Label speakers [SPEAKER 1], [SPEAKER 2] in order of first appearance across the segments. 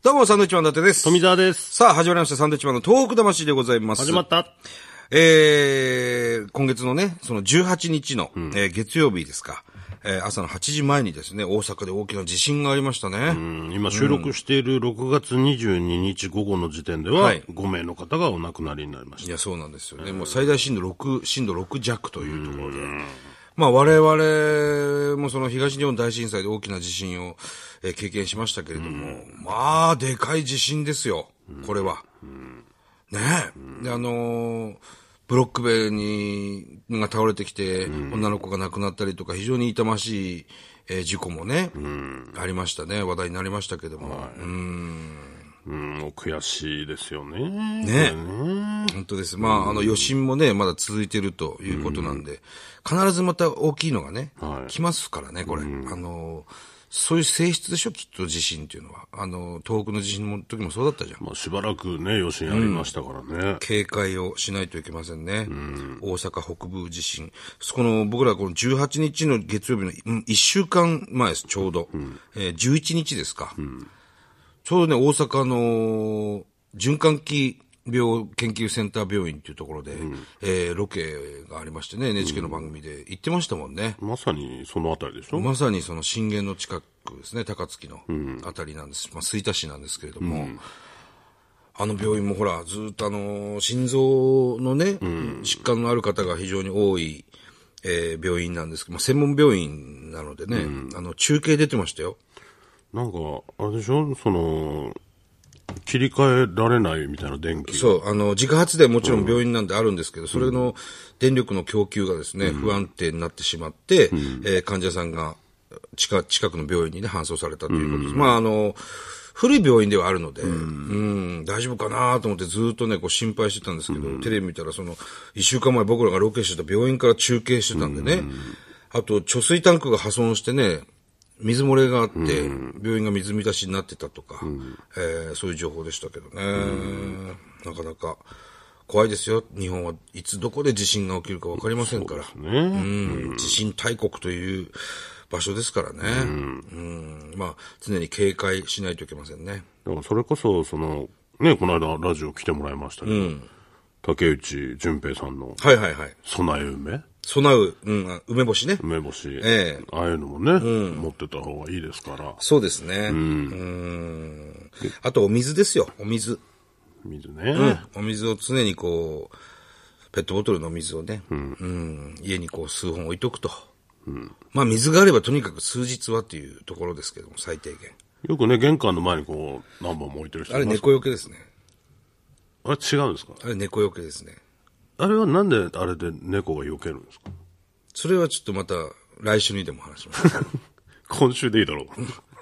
[SPEAKER 1] どうも、サンドイッチマン伊達です。
[SPEAKER 2] 富澤です。
[SPEAKER 1] さあ、始まりました、サンドイッチマンの東北魂でございます。
[SPEAKER 2] 始まった。
[SPEAKER 1] えー、今月のね、その18日の、えー月曜日ですか、えー朝の8時前にですね、大阪で大きな地震がありましたね。
[SPEAKER 2] うん今収録している6月22日午後の時点では
[SPEAKER 1] はい、
[SPEAKER 2] 5名の方がお亡くなりになりまし
[SPEAKER 1] い
[SPEAKER 2] た。
[SPEAKER 1] や、そうなんですよね。もう最大震度6、震度6弱というところで。まあ、我々もその東日本大震災で大きな地震を、えー経験しましたけれども、まあ、でかい地震ですよ、これは。ねえ。で、あのーブロック塀に、が倒れてきて、女の子が亡くなったりとか、非常に痛ましい、えー事故もね、ありましたね。話題になりましたけども。
[SPEAKER 2] うん、悔しいですよね。
[SPEAKER 1] ね本当です。まあ、あの、余震もね、まだ続いてるということなんで、必ずまた大きいのがね、
[SPEAKER 2] はい
[SPEAKER 1] 来ますからね、これ。あの、そういう性質でしょ、きっと地震っていうのは。あの、東北の地震の時もそうだったじゃん。
[SPEAKER 2] まあしばらくね、余震ありましたからね。
[SPEAKER 1] 警戒をしないといけませんね。大阪北部地震。そこの、僕らこの18日の月曜日の1週間前です、ちょうど。えー11日ですか。ちょうどね、大阪の循環器病研究センター病院っていうところで、えーロケがありましてね、NHK の番組で行ってましたもんね。
[SPEAKER 2] まさにそのあたりでしょ
[SPEAKER 1] まさにその震源の近くですね、高槻のあたりなんです。まあ、吹田市なんですけれども、あの病院もほら、ずっとあのー、心臓のね、疾患のある方が非常に多い、えー病院なんですけど、まあ、専門病院なのでね、あの、中継出てましたよ。
[SPEAKER 2] なんか、あれでしょその、切り替えられないみたいな電気が。
[SPEAKER 1] そう、あの、自家発電もちろん病院なんであるんですけど、それの電力の供給がですね、不安定になってしまって、えー患者さんが近近くの病院にね、搬送されたということです。まあ、あの、古い病院ではあるので、うん、大丈夫かなと思ってずっとね、こう心配してたんですけど、テレビ見たらその、一週間前僕らがロケしてた病院から中継してたんでね、あと、貯水タンクが破損してね、水漏れがあって、病院が水浸しになってたとか、えーそういう情報でしたけどね、なかなか怖いですよ、日本はいつどこで地震が起きるか分かりませんから、
[SPEAKER 2] ね。
[SPEAKER 1] うん地震大国という場所ですからね、うんまあ、常に警戒しないといけませんね。
[SPEAKER 2] だからそれこそ、その、ね、この間ラジオ来てもらいましたけど、竹内淳平さんの
[SPEAKER 1] はいはいはい。
[SPEAKER 2] 備え梅
[SPEAKER 1] 備う、うん、あ梅干しね。
[SPEAKER 2] 梅干し、
[SPEAKER 1] ええ
[SPEAKER 2] ああいうのもね、持ってた方がいいですから、
[SPEAKER 1] そうですね。うん。あと、お水ですよ、お水。
[SPEAKER 2] 水ね、
[SPEAKER 1] お水を常にこう、ペットボトルの水をね、うん、家にこう数本置いとくと。まあ水があればとにかく数日はっていうところですけども、最低限。
[SPEAKER 2] よくね、玄関の前にこう、何本も置いてる人
[SPEAKER 1] あれ
[SPEAKER 2] います
[SPEAKER 1] 猫よけですね。
[SPEAKER 2] あれ違うんですか
[SPEAKER 1] あれ猫よけですね。
[SPEAKER 2] あれはなんであれで猫が避けるんですか
[SPEAKER 1] それはちょっとまた来週にでも話し ます。
[SPEAKER 2] 今週でいいだろう。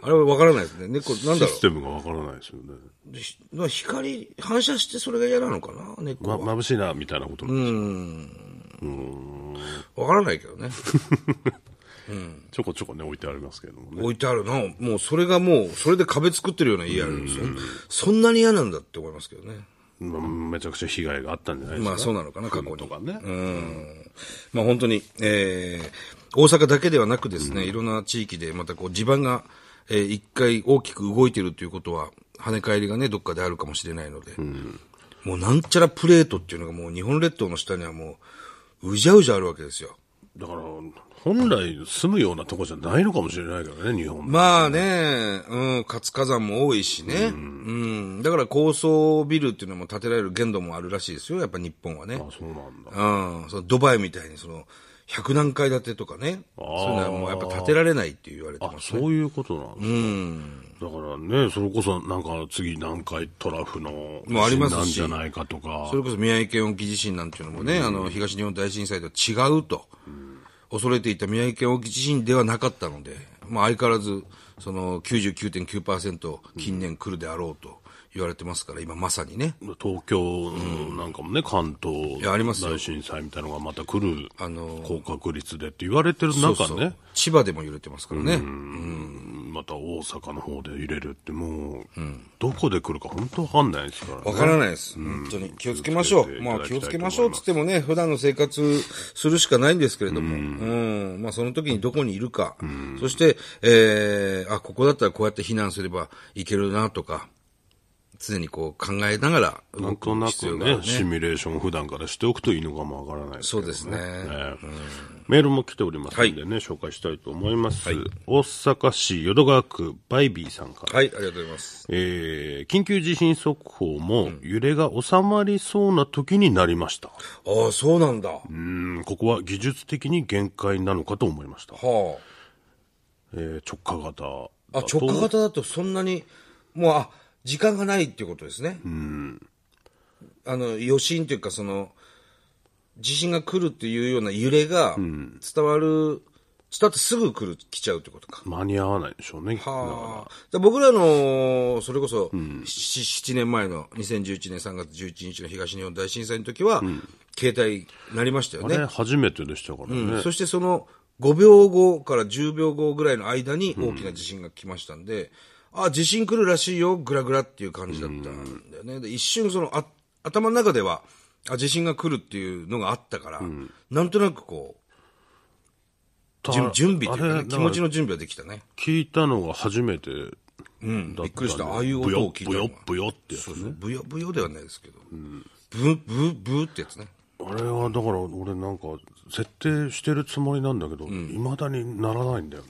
[SPEAKER 1] あれはわからないですね。猫、なんだ
[SPEAKER 2] シ
[SPEAKER 1] ろ
[SPEAKER 2] ステムがわからないですよね。
[SPEAKER 1] うひ。光、反射してそれが嫌なのかな猫
[SPEAKER 2] ま、
[SPEAKER 1] は。
[SPEAKER 2] 眩しいな、みたいなことなんですよ
[SPEAKER 1] わからないけ どね。
[SPEAKER 2] ちょこちょこね、置いてありますけれどもね。
[SPEAKER 1] 置いてあるな。もうそれがもう、それで壁作ってるような家あるんですよ。そんなに嫌なんだって思いますけどね。
[SPEAKER 2] まあめちゃくちゃ被害があったんじゃないですか。
[SPEAKER 1] まあそうなのかな、過去に。
[SPEAKER 2] とかね。
[SPEAKER 1] まあ本当に、えー大阪だけではなくですね、いろんな地域でまたこう地盤が、えー一回大きく動いてるということは、跳ね返りがね、どっかであるかもしれないので、もうなんちゃらプレートっていうのがもう日本列島の下にはもう、うじゃうじゃあるわけですよ。
[SPEAKER 2] だから、本来住むようなとこじゃないのかもしれないけどね、日本は
[SPEAKER 1] まあね、うん、活火山も多いしね、うん、だから高層ビルっていうのも建てられる限度もあるらしいですよ、やっぱ日本はね。
[SPEAKER 2] あ、そうなんだ。
[SPEAKER 1] うん、そのドバイみたいにその、100何階建てとかね、そういうのはもうやっぱ建てられないって言われて
[SPEAKER 2] あ
[SPEAKER 1] ま、す
[SPEAKER 2] そういうことなんですか。だからね、それこそなんか次何回トラフの
[SPEAKER 1] もうありますし
[SPEAKER 2] なんじゃないかとか
[SPEAKER 1] そ、れこそ宮城県沖地震なんていうのもね、あの、東日本大震災とは違うと、恐れていた宮城県沖地震ではなかったので、まあ相変わらず、その99.9%近年来るであろうと言われてますから、今まさにね、
[SPEAKER 2] 東京なんかもね、関東
[SPEAKER 1] いやありますよ
[SPEAKER 2] 大震災みたいなのがまた来る
[SPEAKER 1] あの
[SPEAKER 2] 高確率でって言われてる中
[SPEAKER 1] そうそう
[SPEAKER 2] ね、
[SPEAKER 1] 千葉でも揺れてますからね。
[SPEAKER 2] うんまた大阪の方で揺れるってもう、どこで来るか本当わかんないですから
[SPEAKER 1] わ
[SPEAKER 2] ね。
[SPEAKER 1] からないです。本当に。気をつけましょ
[SPEAKER 2] 気をつけ
[SPEAKER 1] う。
[SPEAKER 2] て
[SPEAKER 1] まあ
[SPEAKER 2] いただき
[SPEAKER 1] 気
[SPEAKER 2] た
[SPEAKER 1] を
[SPEAKER 2] い
[SPEAKER 1] つけましょうっつってもね、普段の生活するしかないんですけれども、うん、まあその時にどこにいるか、そして、えー、あ、ここだったらこうやって避難すればいけるなとか、常にこう考えながら
[SPEAKER 2] な
[SPEAKER 1] 動
[SPEAKER 2] んと
[SPEAKER 1] く
[SPEAKER 2] な
[SPEAKER 1] 必
[SPEAKER 2] く
[SPEAKER 1] 要があ
[SPEAKER 2] ね
[SPEAKER 1] るね。
[SPEAKER 2] シミュレーションを普段からしておくといいのかもわからないけど
[SPEAKER 1] そうですね
[SPEAKER 2] メールも来ておりますのでね、紹介したいと思います。大阪市淀川区バイビーさんから。
[SPEAKER 1] はい、ありがとうございます。
[SPEAKER 2] えー緊急地震速報も揺れが収まりそうな時になりました。
[SPEAKER 1] ああ、そうなんだ。
[SPEAKER 2] うん、ここは技術的に限界なのかと思いました。
[SPEAKER 1] は
[SPEAKER 2] えー直下型
[SPEAKER 1] あ。あ、
[SPEAKER 2] だと
[SPEAKER 1] 直下型だとそんなに、もう、あ、時間がないっていうことですね。あの、余震というか、その、地震が来るっていうような揺れが伝わる、伝わってすぐ来る、来ちゃうってことか。
[SPEAKER 2] 間に合わないでしょうね。だから
[SPEAKER 1] はあ。じゃあ僕らの、それこそ、7年前の2011年3月11日の東日本大震災の時は、携帯なりましたよ
[SPEAKER 2] あ
[SPEAKER 1] ね
[SPEAKER 2] れ、。初めてでしたからね。
[SPEAKER 1] そしてその5秒後から10秒後ぐらいの間に大きな地震が来ましたんで、あ、地震来るらしいよ、ぐらぐらっていう感じだったんだよね。で一瞬そのあ頭の中では、あ、地震が来るっていうのがあったから、なんとなくこう、
[SPEAKER 2] た
[SPEAKER 1] 準準備という
[SPEAKER 2] あ
[SPEAKER 1] か、
[SPEAKER 2] れ
[SPEAKER 1] ね、気持ちの準備はできたね。
[SPEAKER 2] 聞いたのが初めてだったんで
[SPEAKER 1] びっくりしたああいう音を聞いた
[SPEAKER 2] ぶ
[SPEAKER 1] のは
[SPEAKER 2] よぶよってやつ
[SPEAKER 1] そ
[SPEAKER 2] ね
[SPEAKER 1] うそう、ぶよ、ぶよではないですけど、ぶ、ぶ、ぶってやつね。
[SPEAKER 2] あれはだから俺なんか設定してるつもりなんだけどいま、未だにならないんだよ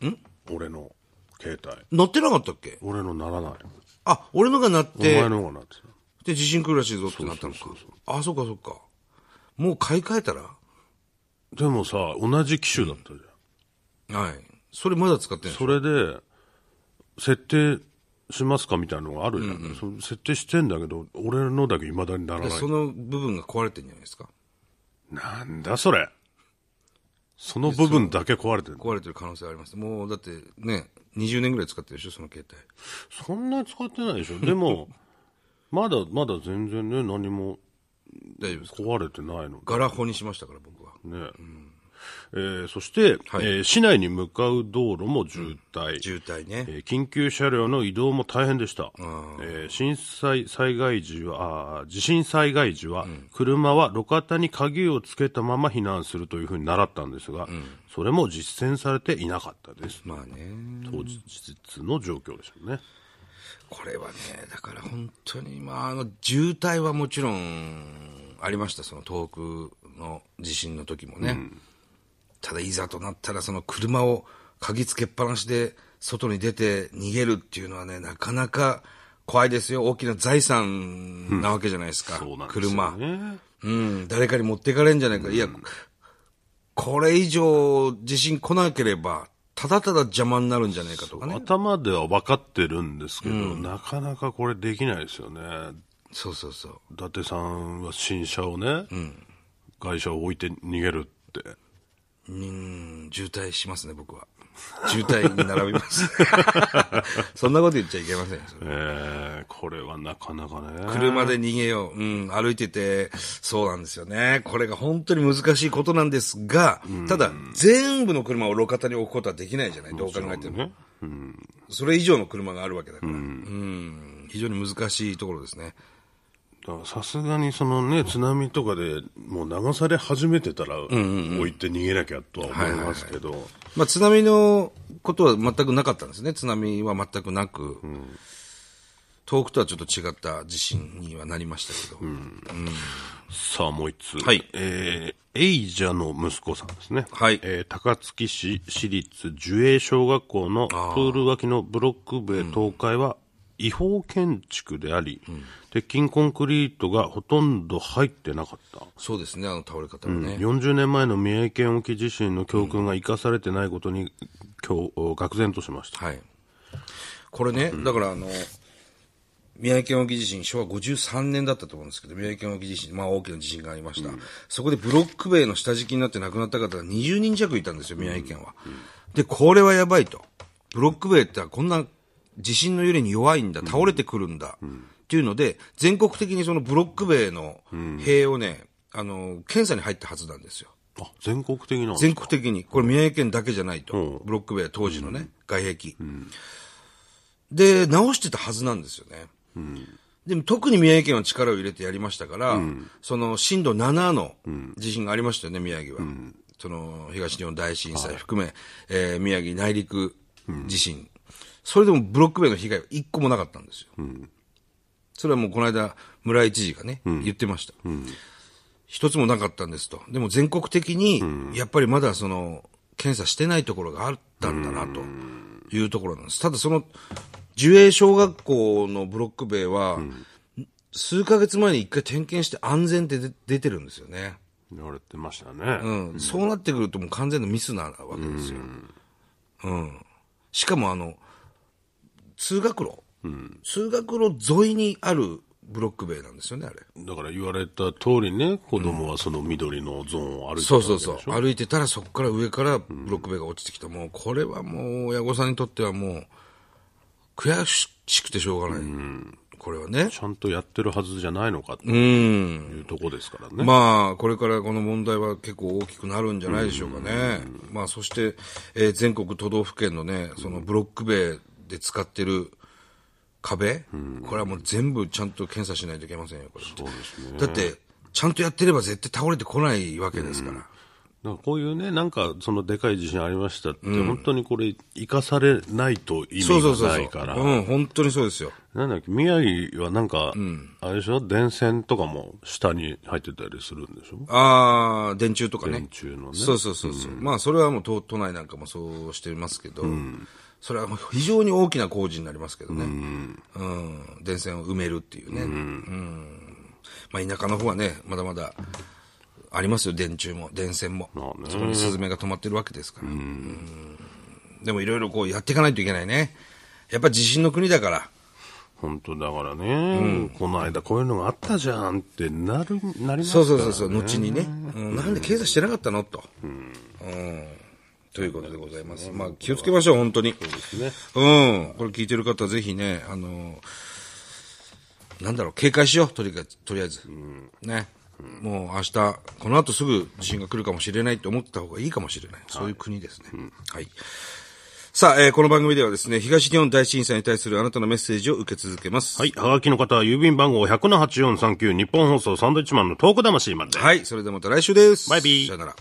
[SPEAKER 2] ねん俺の携帯
[SPEAKER 1] 乗ってなかったっけ
[SPEAKER 2] 俺のならない
[SPEAKER 1] あ、俺のが鳴っ
[SPEAKER 2] お
[SPEAKER 1] て
[SPEAKER 2] 前、の方がなって
[SPEAKER 1] で、地震来るらしいぞってなったのか。あ、そっかそっか。もう買い替えたら
[SPEAKER 2] たでもさ同じ機種だったじゃん、
[SPEAKER 1] はい。それまだ使ってない
[SPEAKER 2] それで設定しますかみたいなのがあるじゃん、その設定してんだけど俺のだけいまだにならない
[SPEAKER 1] その部分が壊れてんじゃないですか
[SPEAKER 2] なんだそれその部分だけ壊れてる
[SPEAKER 1] 壊れてる可能性あります。もう、だってね、20年ぐらい使ってるでしょ、その携帯。
[SPEAKER 2] そんなに使ってないでしょ。で も、まだ、まだ全然ね、何も
[SPEAKER 1] 大丈夫ですか
[SPEAKER 2] 壊れてないの
[SPEAKER 1] ガラホにしましたから、僕は。
[SPEAKER 2] ね。えーそして、
[SPEAKER 1] はい
[SPEAKER 2] えー市内に向かう道路も渋滞。
[SPEAKER 1] 渋滞ね。
[SPEAKER 2] えー緊急車両の移動も大変でした。えー震災災害時は、あー地震災害時は、車は路肩に鍵をつけたまま避難するというふうに習ったんですが、それも実践されていなかったです。
[SPEAKER 1] まあね。
[SPEAKER 2] 当日の状況でしょうね。
[SPEAKER 1] これはね、だから本当に、まあ、あの、渋滞はもちろん、ありました、その東北の地震の時もね。ただ、いざとなったら、その車を鍵つけっぱなしで、外に出て逃げるっていうのはね、なかなか怖いですよ。大きな財産なわけじゃないですか。
[SPEAKER 2] そうなんですよ
[SPEAKER 1] 車。
[SPEAKER 2] ね。
[SPEAKER 1] うん、誰かに持っていかれんじゃないか。いや、これ以上地震来なければ、ただただ邪魔になるんじゃないかとかね。
[SPEAKER 2] 頭では分かってるんですけど、なかなかこれできないですよね。
[SPEAKER 1] そうそうそう。
[SPEAKER 2] 伊達さんは新車をね、外車を置いて逃げるって。
[SPEAKER 1] うーん、渋滞しますね、僕は。渋滞に並びます。 そんなこと言っちゃいけませんよそれ
[SPEAKER 2] えーこれはなかなかね。
[SPEAKER 1] 車で逃げよう。うん、歩いてて、そうなんですよね。これが本当に難しいことなんですが、ただ、全部の車を路肩に置くことはできないじゃない、どう考えても。
[SPEAKER 2] ね。
[SPEAKER 1] それ以上の車があるわけだから。うん、非常に難しいところですね。
[SPEAKER 2] だからさすがにそのね、津波とかでもう流され始めてたら、置いて逃げなきゃとは思いますけど、
[SPEAKER 1] まあ、津波のことは全くなかったんですね。津波は全くなく、遠くとはちょっと違った地震にはなりましたけど。
[SPEAKER 2] さあもう一つ。
[SPEAKER 1] はい
[SPEAKER 2] えー、エイジャの息子さんですね。
[SPEAKER 1] はい
[SPEAKER 2] えー高槻市市立樹栄小学校のプール脇のブロック塀倒壊は違法建築であり、鉄筋コンクリートがほとんど入ってなかった。
[SPEAKER 1] そうですね、あの倒れ方はね。
[SPEAKER 2] 40年前の三重県沖地震の教訓が生かされてないことに、今日、愕然としました。
[SPEAKER 1] はい。これね、だからあの、宮城県沖地震、昭和53年だったと思うんですけど、宮城県沖地震、まあ大きな地震がありました。そこでブロック塀の下敷きになって亡くなった方が20人弱いたんですよ、宮城県は。で、これはやばいと。ブロック塀ってこんな地震の揺れに弱いんだ、倒れてくるんだ。っていうので、全国的にそのブロック塀の塀をね、あの、検査に入ったはずなんですよ。
[SPEAKER 2] あ、全国的な。
[SPEAKER 1] 全国的に、これ宮城県だけじゃないと、
[SPEAKER 2] うん
[SPEAKER 1] ブロック塀、当時のね、外壁、で、直してたはずなんですよね。でも特に宮城県は力を入れてやりましたから、その震度7の地震がありましたよね、宮城は。その東日本大震災含め、えー宮城内陸地震、それでもブロック塀の被害は一個もなかったんですよ。それはもうこの間、村井知事がね、言ってました。一つもなかったんですと。でも全国的に、やっぱりまだその、検査してないところがあったんだな、というところなんです。ただその、寿栄小学校のブロック塀は、数ヶ月前に一回点検して安全って出出てるんですよね。
[SPEAKER 2] 言われてましたね。
[SPEAKER 1] うん、そうなってくるともう完全なミスなわけですよ。うん。しかもあの、通学路、通学路沿いにあるブロック塀なんですよね、あれ。
[SPEAKER 2] だから言われた通りね、子供はその緑のゾーンを歩いてた
[SPEAKER 1] そ
[SPEAKER 2] わ
[SPEAKER 1] う
[SPEAKER 2] け
[SPEAKER 1] そう
[SPEAKER 2] でし
[SPEAKER 1] そ
[SPEAKER 2] ょ
[SPEAKER 1] う。歩いてたらそこから上からブロック塀が落ちてきた。もうこれはもう親御さんにとってはもう、悔しくてしょうがない。これはね。
[SPEAKER 2] ちゃんとやってるはずじゃないのかって
[SPEAKER 1] うん。
[SPEAKER 2] いうとこですからね。
[SPEAKER 1] まあ、これからこの問題は結構大きくなるんじゃないでしょうかね。まあ、そして、えー全国都道府県のね、そのブロック塀で使ってる壁、これはもう全部ちゃんと検査しないといけませんよ、これ。
[SPEAKER 2] そうですね。
[SPEAKER 1] だって、ちゃんとやってれば絶対倒れてこないわけですから。
[SPEAKER 2] なんかこういうね、なんかそのでかい地震ありましたって、本当にこれ、生かされないと意
[SPEAKER 1] そうそう
[SPEAKER 2] 味
[SPEAKER 1] そう
[SPEAKER 2] が
[SPEAKER 1] そ
[SPEAKER 2] な
[SPEAKER 1] う。
[SPEAKER 2] いから、
[SPEAKER 1] うん、本当にそうですよ。
[SPEAKER 2] なんだっけ、宮城はなんか、あれでしょ、電線とかも下に入ってたりするんでしょ、
[SPEAKER 1] ああ、電柱とかね。
[SPEAKER 2] 電柱のね
[SPEAKER 1] そうそうそうそう、まあ、それはもう都都内なんかもそうしてますけど、それは非常に大きな工事になりますけどね。うん。電線を埋めるっていうね。うん。まあ、田舎の方はね、まだまだありますよ、電柱も、電線も。
[SPEAKER 2] まあね
[SPEAKER 1] そこにスズメが止まってるわけですから。うんでも、いろいろこうやっていかないといけないね。やっぱ地震の国だから。
[SPEAKER 2] 本当だからね、この間こういうのがあったじゃんってなる、なります
[SPEAKER 1] そう
[SPEAKER 2] から
[SPEAKER 1] そうそうそう、後にね、うんなんで検査してなかったのと、うんということでございます。まあ、気をつけましょう、本当に。
[SPEAKER 2] ね。
[SPEAKER 1] うん。これ聞いてる方、ぜひね、あのなんだろう、警戒しよう、とりかとりあえず。ね。もう明日、この後すぐ地震が来るかもしれないと思ってた方がいいかもしれない。そういう国ですね。はい。さあ、えーこの番組ではですね、東日本大震災に対するあなたのメッセージを受け続けます。
[SPEAKER 2] はい。はがきの方は郵便番号100-8439日本放送サンドイッチマンのトーク魂まで。
[SPEAKER 1] はい。それではまた来週です。
[SPEAKER 2] バイビー
[SPEAKER 1] さよなら。